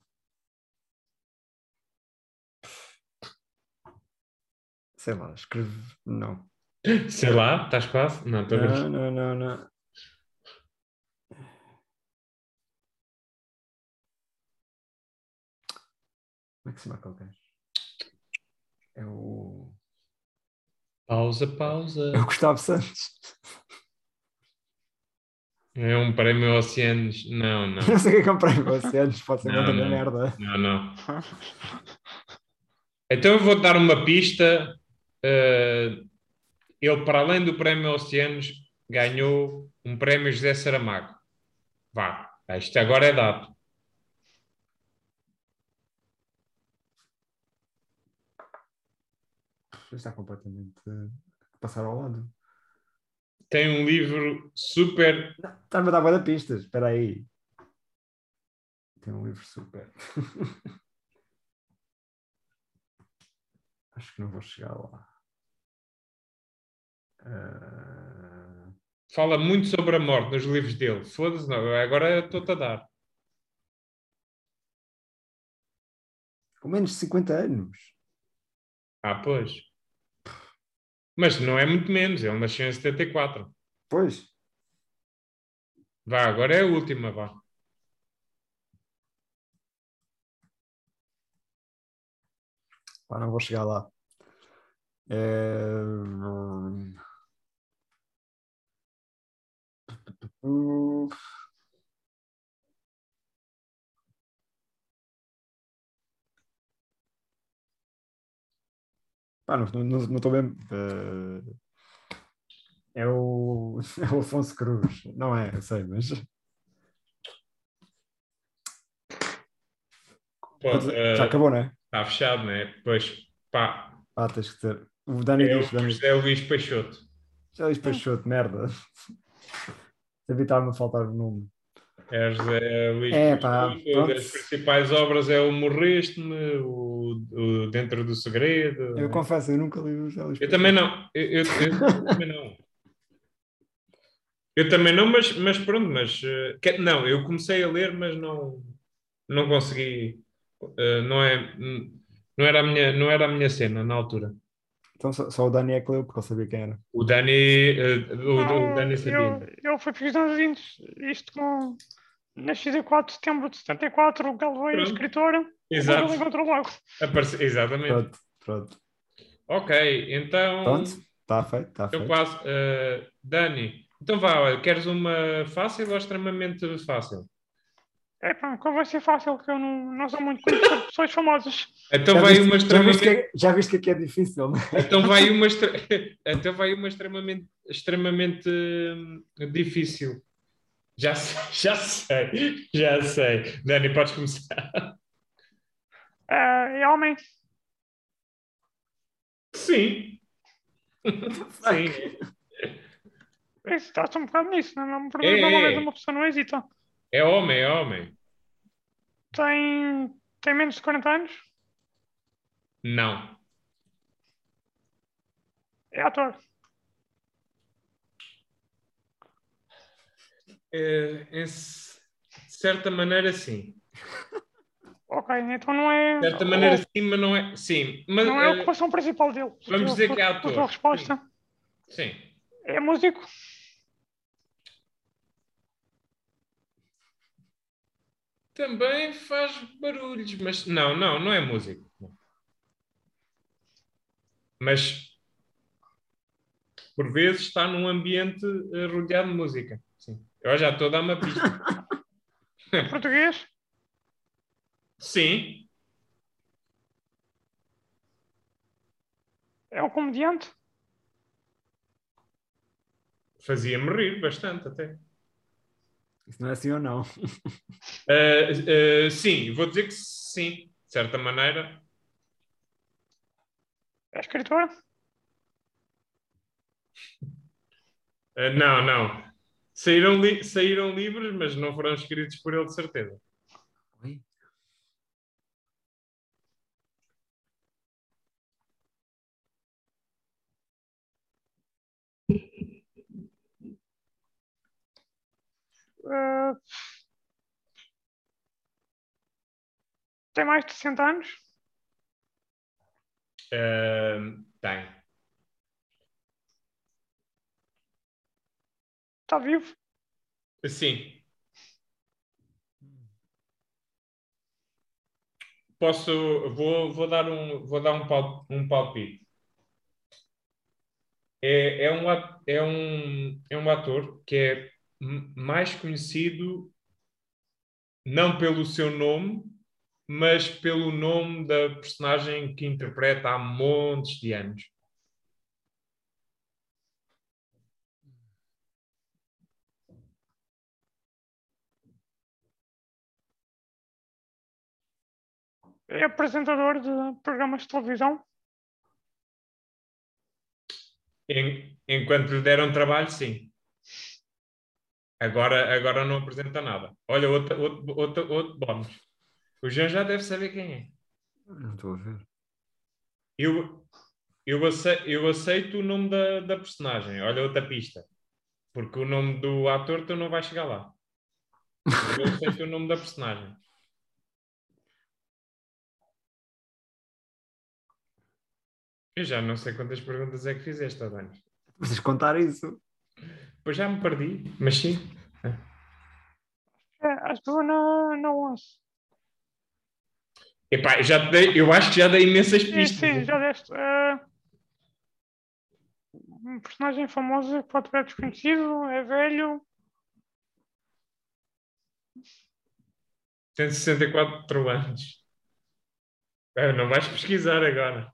Sei lá, escreve. Não. Sei lá, estás quase? Não, estou a brincar. Não, não, não, não. Como é que se chama aquele gajo? É o. Pausa, pausa. É o Gustavo Santos. É um prémio Oceanos. Não, não, Eu não sei o que é que comprei para você antes, pode ser Não, uma grande não. merda. não, não. Então eu vou dar uma pista. Eh, ele, para além do prémio Oceanos, ganhou um prémio José Saramago. Vá, isto agora é dado. Está completamente a passar ao lado. Tem um livro super Está-me a dar boa pistas, espera aí. Tem um livro super. Acho que não vou chegar lá. Ah, Fala muito sobre a morte nos livros dele. Foda-se, não, agora estou-te a dar. com menos de 50 anos. Ah, pois. Mas não é muito menos, ele nasceu em 74. Pois. Vá, agora é a última, vá. Pá, não vou chegar lá. É... Pá, não- não não estou bem. eh, É o, é o Afonso Cruz, não é? Eu sei, mas. Pô, Já eh, acabou, não é? está fechado, não é? Pois, pá, Ah, tens que ter. O Dani é o diz, Dani José Luís Peixoto. Já lhes Peixoto, merda. Sabia estar-me a faltar o nome. É o José Luís É, pá, Peixoto. Uma das pronto. principais obras é o Morreste-me, o, o Dentro do Segredo. Eu Eu, confesso, eu nunca li o Já lhes Peixoto. também não. Eu, eu- eu também não. Eu também não, mas, mas pronto, mas eh, que- não, eu comecei a ler, mas não, não consegui. eh, não é, não era a minha, não era a minha cena na altura. Então só, só o Dani é que leu, porque ele sabia quem era. O Dani, eh, o, o Não, Dani sabia. Ah, Então, eu, eu fui pesquisar os índices, isto com. Nasci em 4 de setembro de 74, o Galo era Pronto. escritora, mas ele Exato, encontrou logo. aparece- exatamente. Pronto, pronto. Ok, então. Pronto, está feito, está Eu feito. passo. eh, Dani, então vá, olha, queres uma fácil ou extremamente fácil? É pá, como vai ser fácil, que eu não, não sou muito conhecido de pessoas famosas. Então já, vai viste, já, uma viste extremamente. que, é- já viste que aqui é difícil, não é? Então vai uma, extre- então vai uma extremamente, extremamente hum, difícil. Já, sei- já sei, já sei. Dani, podes começar. Ah, é homem, Sim. Sim. isso está-se um bocado nisso, não é? Não me Ei, pergunto uma ei. vez uma pessoa não hesita. É homem, é homem. Tem, tem menos de 40 anos, Não. é ator. Eh, em c- de certa maneira, sim. Ok, então não é. De certa ou- maneira, sim, mas não é. Sim. Mas, Não é a eh, ocupação principal dele. vamos dizer que é A ator. tua resposta. sim. É músico? Também faz barulhos, mas não, não, não é músico. Mas por vezes está num ambiente eh, rodeado de música. Sim. Eu já estou a dar uma pista. Português? Sim, É um comediante? fazia-me rir bastante até. Isso não é assim ou não? Ah, ah, sim, vou dizer que sim, de certa maneira. É escritor? Ah, não, não. Saíram, li- saíram livros, mas não foram escritos por ele, de certeza. Oi? Ah, Tem mais de 60 anos? Ah, tem. Está vivo? Sim. Posso, vou, vou dar um, vou dar um, pal, um palpite. É, é, um, at- é, um, é um ator que é m- mais conhecido não pelo seu nome, mas pelo nome da personagem que interpreta há montes de anos. É apresentador de programas de televisão? En- enquanto lhe deram trabalho, sim. Agora, agora não apresenta nada. Olha, outra- outro, outro, outro bónus. O Jean já deve saber quem é. Não estou a ver. Eu, eu, ace- eu aceito o nome da, da personagem. Olha, outra pista. Porque o nome do ator tu não vais chegar lá. Mas Eu aceito o nome da personagem. Eu já não sei quantas perguntas é que fizeste, Adonis. Vocês contar isso? Pois já me perdi, mas sim. É, acho que eu na, na 11. Epá, já te dei, eu acho que já dei imensas Sim, pistas. né? sim, já deste. Ah, um personagem famoso que pode ser desconhecido, é velho, Tem 64 anos. Ah, não vais pesquisar agora.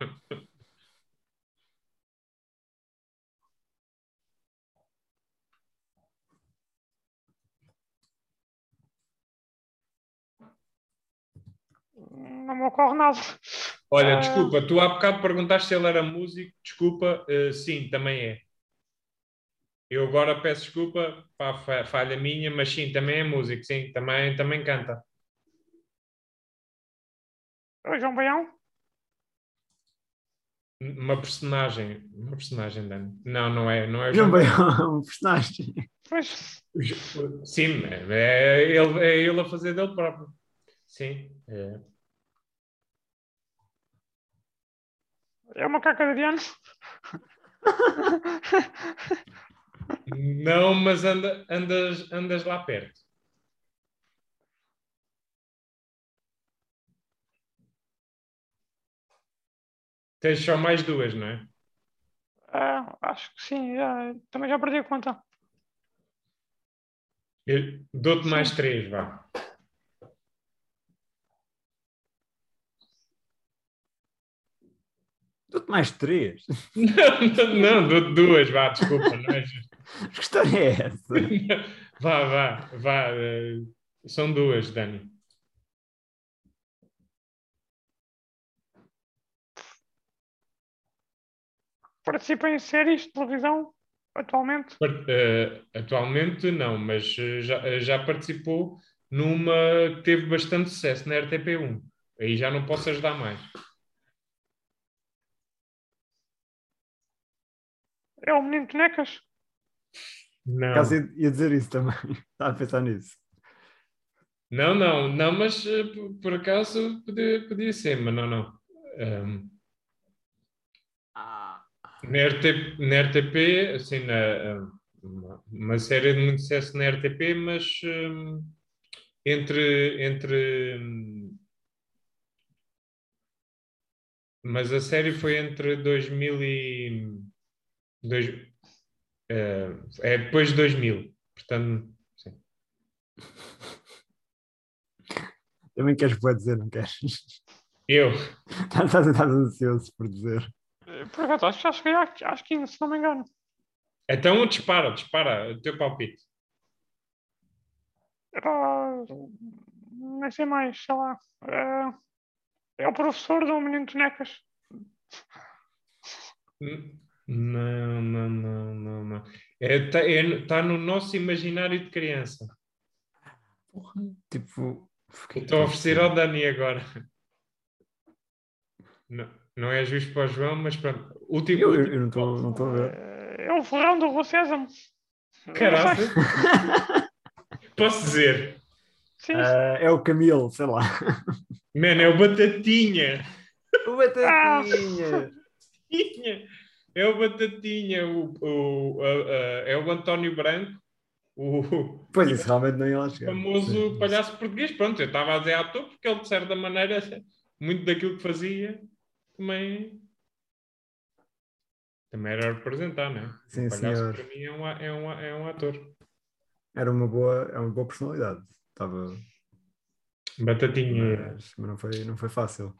não me ocorre nada. Olha, Ah. desculpa, tu há bocado perguntaste se ele era músico. Desculpa, eh, sim, também é. Eu agora peço desculpa, pá, fa- falha minha, mas sim, também é músico, sim, também, também canta. É o João Baião? Uma personagem, uma personagem, Dani. Não, não é, não é. João João- Baião, um personagem. Pois, Jo- Sim, é, é ele, é ele a fazer dele próprio. Sim, é. é uma caca de ano. Não, mas anda- andas, andas lá perto. Tens só mais duas, não é? Ah, acho que sim, já- também já perdi a conta. Eu dou-te mais três, vá. Dou-te mais três. Não, não, dou-te duas, vá, desculpa, não é justo. Que história é essa? Vá, vá, vá. eh, São duas, Dani. Participa em séries de televisão atualmente? Par- eh, Atualmente não, mas eh, já, eh, já participou numa que teve bastante sucesso na RTP1. Aí já não posso ajudar mais. É o Menino de Bonecas? Por Não. acaso ia ia dizer isso também. Estava a pensar nisso. Não, não, não, mas eh, por, por acaso podia, podia ser, mas não, não. Ahm, Ah, Na, RT, na RTP, assim, na, uma, uma série de muito sucesso na RTP, mas hum, entre. entre hum, mas a série foi entre 2000 e. Dois, eh, é depois de 2000, portanto. Também queres poder dizer, não queres? Eu, Estás, estás- estás ansioso por dizer. Eh, Por acaso, acho que já cheguei à- às 15, se não me engano. então dispara, dispara, é o teu palpite. Era, nem sei é mais, sei lá. Eh, É o professor do menino de necas. N- Hum, Não, não, não, não, não. Está é, tá no nosso imaginário de criança. Tipo. porque- Estou a oferecer ao Dani agora. Não, não é justo para o João, mas pronto. Último. Eu, eu- último. eu não estou não estou a ver. Eh, É o ferrão do Rua Sésamo. Eu Caraca. sei. Posso dizer? Sim. Ah, é o Camilo, sei lá. Mano, é o Batatinha. O Ah! Batatinha! É o Batatinha. O, o- a- a- é o António Branco. O Pois isso realmente não ia lá chegar. famoso Sim. palhaço português. Pronto, eu estava a dizer ator porque ele, de certa maneira, muito daquilo que fazia também. Também era representar, não é? Sim, o palhaço senhor. para mim é um, a- é um, a- é um ator. Era uma boa, era uma boa personalidade. Estava. Batatinha. Mas, mas não, é? foi, não foi fácil.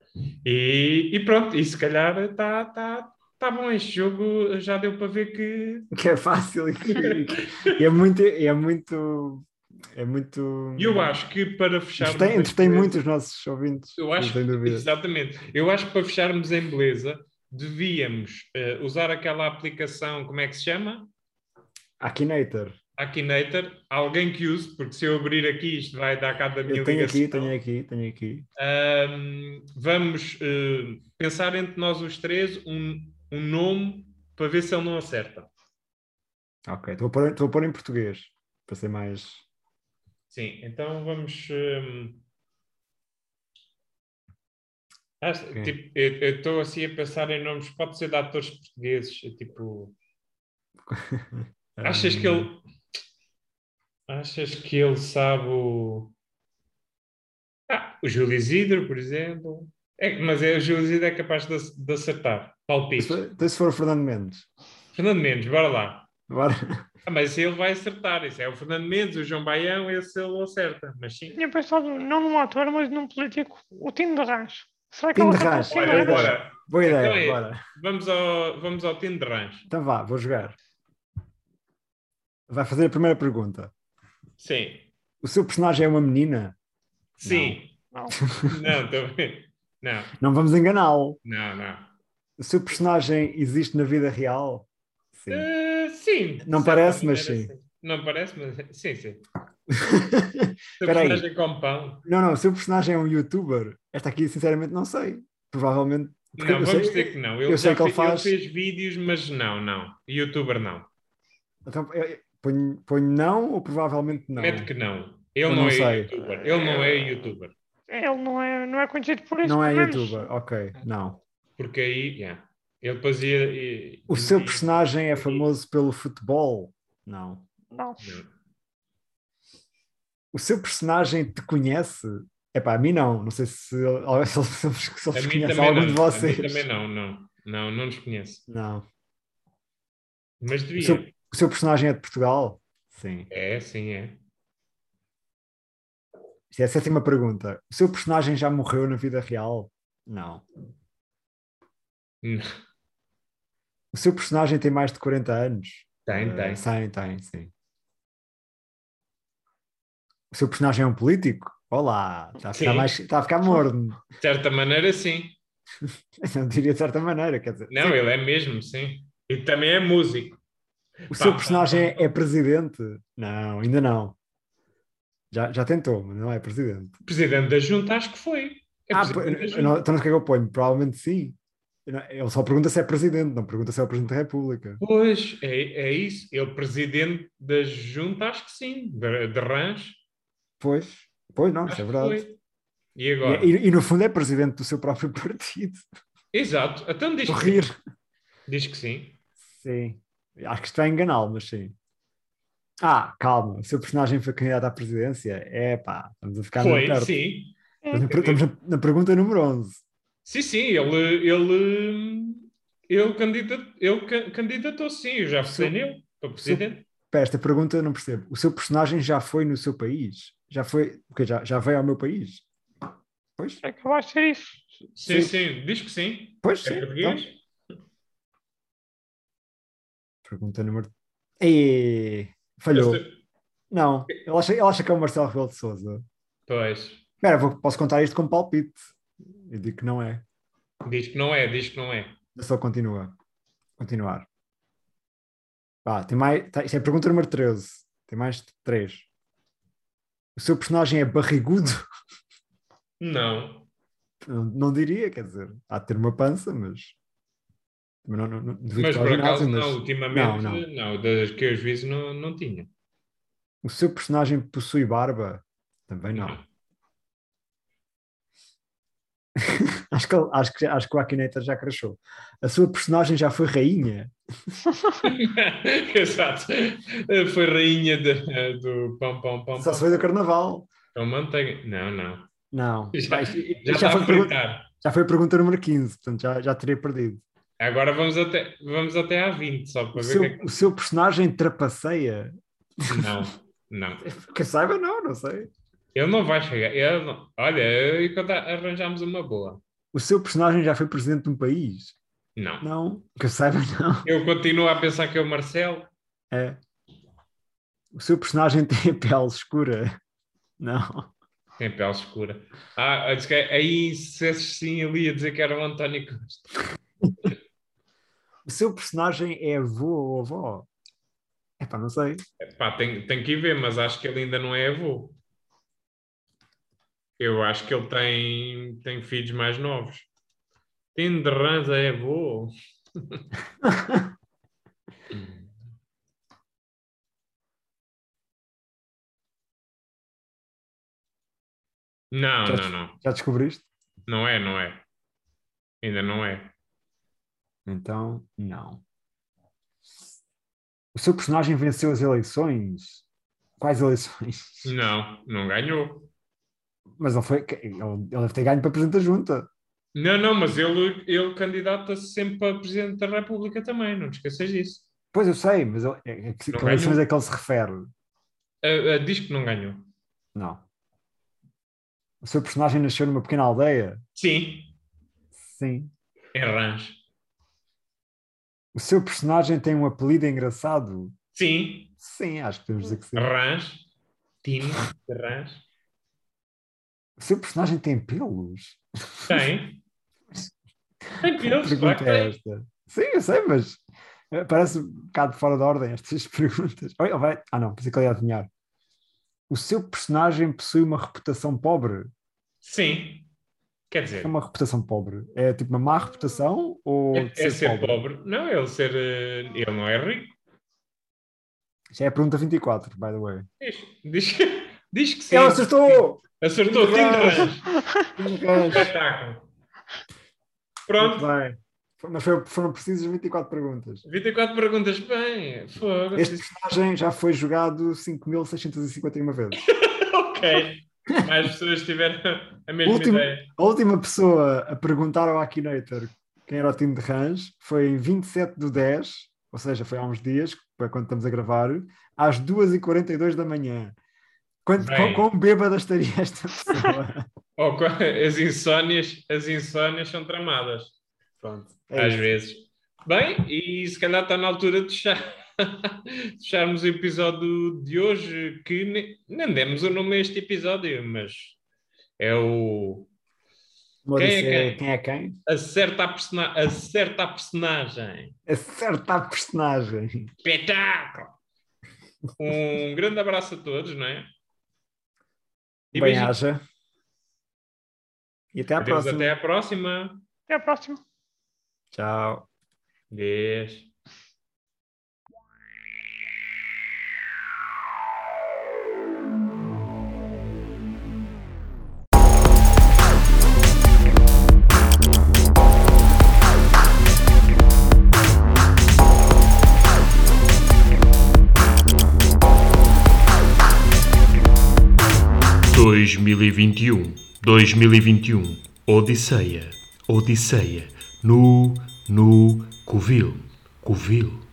E, e pronto, e se calhar está tá, tá bom. Este jogo já deu para ver que. Que é fácil e, que- e é muito. e É muito. É muito. Eu acho que para fecharmos. Entretém, em entretém beleza- muito os nossos ouvintes. Eu não acho tenho que, dúvida. exatamente. Eu acho que para fecharmos em beleza, devíamos eh, usar aquela aplicação, como é que se chama? Akinator. Akinator. Alguém que use, porque se eu abrir aqui isto vai dar cabo da minha Eu tenho ligação. aqui, tenho aqui, tenho aqui. Ahm, vamos eh, pensar entre nós os três um, um nome para ver se ele não acerta. Ok, estou a pôr, estou a pôr em português. Para ser mais. Sim, então vamos. hum, acho- Ok. tipo, eu estou assim a pensar em nomes, pode ser de atores portugueses. é Tipo, achas hum, que ele. Achas que ele sabe o. Ah, o Júlio Isidro, por exemplo. É, que- mas é, o Júlio Isidro é capaz de, ac- de acertar. Se Palpite. for- Então, se for o Fernando Mendes. Fernando Mendes, bora lá. Agora, Ah, mas ele vai acertar. Isso é o Fernando Mendes, o João Baião, esse ele acerta. Mas sim. Tinha pensado não num ator, mas num político. O Tino de Rãs. Será que Tino ele de Rãs, acertou o Tino Olha, Sim, de Rãs? olha. agora. boa Então ideia, é- bora. Vamos ao, vamos ao Tino de Rãs. Então vá, vou jogar. Vai fazer a primeira pergunta. Sim. O seu personagem é uma menina? Sim. Não. Não, também. Não, Não vamos enganá-lo. não, não. O seu personagem existe na vida real? Sim. Eh, sim. Não De certa parece, mas maneira, sim. Não parece, mas sim, sim. Se Espera aí. personagem com pão. não, não, o seu personagem é um youtuber? Esta aqui, sinceramente, não sei. Provavelmente. porque Não, eu vamos sei- dizer que não. eu Ele, sei já que ele fe- ele faz- fez vídeos, mas não, não. Youtuber não. Então, eu- eu ponho, ponho não ou provavelmente não? Mete que não. Ele Eu não, não é sei. youtuber. Ele não é youtuber. Ele não é, não é conhecido por isso. Não é pelo menos. youtuber, ok, não. Porque aí, yeah. ele fazia. eh, e- O seu e- personagem é famoso pelo futebol? Não. Não. Não. O seu personagem te conhece? Epá, a mim não. Não sei se ele se ele- se A ele mim conhece também algum não. de A mim vocês. também não, não. Não, não nos conhece. Não. Mas O devia. seu, o seu personagem é de Portugal? Sim. É, sim, é. Isto é a sétima pergunta. O seu personagem já morreu na vida real? Não. Não. O seu personagem tem mais de 40 anos? Tem, tem. Eh, Tem, tem, sim. O seu personagem é um político? Olá, está a ficar, Sim. mais, está a ficar morno. De certa maneira, sim. Eu diria de certa maneira, quer dizer. Não, ele é mesmo, sim. E também é músico. O seu Pá, personagem pá, pá, é presidente? Não, ainda não. Já, já tentou, mas não é presidente. Presidente da Junta, acho que foi. É ah, pô, presidente da eu Junta. não- então não sei o que é que eu ponho. Provavelmente sim. Eu não- Ele só pergunta se é presidente, não pergunta se é o presidente da República. Pois, é, é isso. Ele, presidente da Junta, acho que sim. De, de Rãs. Pois, pois não, acho isso é que verdade. foi. E agora? E, e- e no fundo é presidente do seu próprio partido. Exato. Então diz Estou a que rir. Diz que sim. Sim. Acho que está a enganá-lo, mas sim. Ah, calma. O seu personagem foi candidato à presidência? É pá, estamos a ficar Foi, muito perto. sim. Estamos na per- Estamos na, na pergunta número 11. Sim, sim, ele, ele, ele, candidat, ele can- candidatou sim, eu já votei Sim. nele para presidente. Pá, esta pergunta eu não percebo. O seu personagem já foi no seu país? Já foi? Porque já, já veio ao meu país? Pois, É que vai ser isso. Sim, Sim. sim, diz que sim. pois É sim. português? Então, pergunta número. Ei, falhou. Esta- Não, ele acha, ele acha que é o Marcelo Rebelo de Souza. Pois, Espera, vou- posso contar isto como palpite. Eu digo que não é. diz que não é, diz que não é. Só continua. Continuar. Vá, tem mais. tá- isto é pergunta número 13. Tem mais de 3. O seu personagem é barrigudo? Não. Não, não diria, quer dizer, há de ter uma pança, mas. Mas, não, não, não, devido Mas ao por acaso ginásio, mas não, ultimamente Não, não, das que eu os vi não, não tinha. O seu personagem possui barba? Também não. Acho que, ele- acho que, acho que o Akinator já crashou. A sua personagem já foi rainha? Exato. Foi rainha de- do pão, pão, pão, Só pão. se foi do carnaval? Então manteiga. Não, não. Não. Já- Vai, isto- Já, já está foi a pergunta, fritar. já foi a pergunta número 15, portanto já, já teria perdido. Agora vamos até, vamos até à 20, só para O ver seu, o que é que. o seu personagem trapaceia? Não, não. Que eu saiba, não, não sei. Ele não vai chegar. Ele não- Olha, eu e quando arranjámos uma boa. O seu personagem já foi presidente de um país? Não. Não. Que eu saiba, não. Eu continuo a pensar que é o Marcelo. É. O seu personagem tem a pele escura? Não. Tem pele escura. Ah, disse que aí se sim ele ia dizer que era o António Costa. O seu personagem é avô ou avó? Epá, não sei. Pá, tem, tem que ir ver, mas acho que ele ainda não é avô. Eu acho que ele tem, tem filhos mais novos. Tem de ranza é avô. Não, não, não. Já descobriste? Não é, não é. Ainda não é. Então, não. O seu personagem venceu as eleições? Quais eleições? Não, não ganhou. Mas ele foi. Ele, ele deve ter ganho para presidente da junta. Não, não, mas ele, ele candidata-se sempre para Presidente da República também, não te esqueças disso. Pois eu sei, mas ele, é, é que, Não que eleições ganhou. é que ele se refere? Ah, ah, diz que não ganhou. Não. O seu personagem nasceu numa pequena aldeia? Sim, Sim. em É Rãs. O seu personagem tem um apelido engraçado? Sim, Sim, acho que podemos dizer que sim. Rãs. Tino, de Rãs. O seu personagem tem pelos? Tem. Tem Que pelos, claro pergunta que é tem. esta? Sim, eu sei, mas eh, parece um bocado fora da ordem estas perguntas. Oi, vai- Ah, não, pensei que ele ia adivinhar. O seu personagem possui uma reputação pobre? Sim. Quer O que dizer, É uma reputação pobre. É tipo uma má reputação ou é, de é ser pobre. Não, ele ser. eh, ele não é rico. Já é a pergunta 24, by the way. Diz, diz, que- diz que sim. Ele acertou! Acertou, Tino de Rãs. Muito bem. Espetáculo. Pronto, Mas foi- foram precisas 24 perguntas. 24 perguntas. Bem, fogo. Este personagem já foi jogado 5.651 vezes. Ok. Mais pessoas tiveram a mesma Último. ideia. A última pessoa a perguntar ao Akinator quem era o time de Rãs foi em 27 do 10, ou seja, foi há uns dias, para quando estamos a gravar, às 2h42 da manhã. Quanto, Bem. quão, quão bêbada estaria esta pessoa? Ou co- Oh, as insónias, as insónias são tramadas, Pronto. às É isso. vezes. Bem, e se calhar está na altura de fechar- fecharmos o episódio de hoje, que ne- nem demos o nome a este episódio, mas é o Vou Quem é dizer quem? Quem é quem? Acerta a, persona- Acerta a Personagem. Acerta a personagem. Espetáculo! Um grande abraço a todos, não é? E Bem, beijinhos. haja. E até à Adeus, próxima. Até à próxima. Até a próxima. Tchau. Beijo. 2021, 2021, Odisseia, Odisseia, nu, nu, Covil, Covil.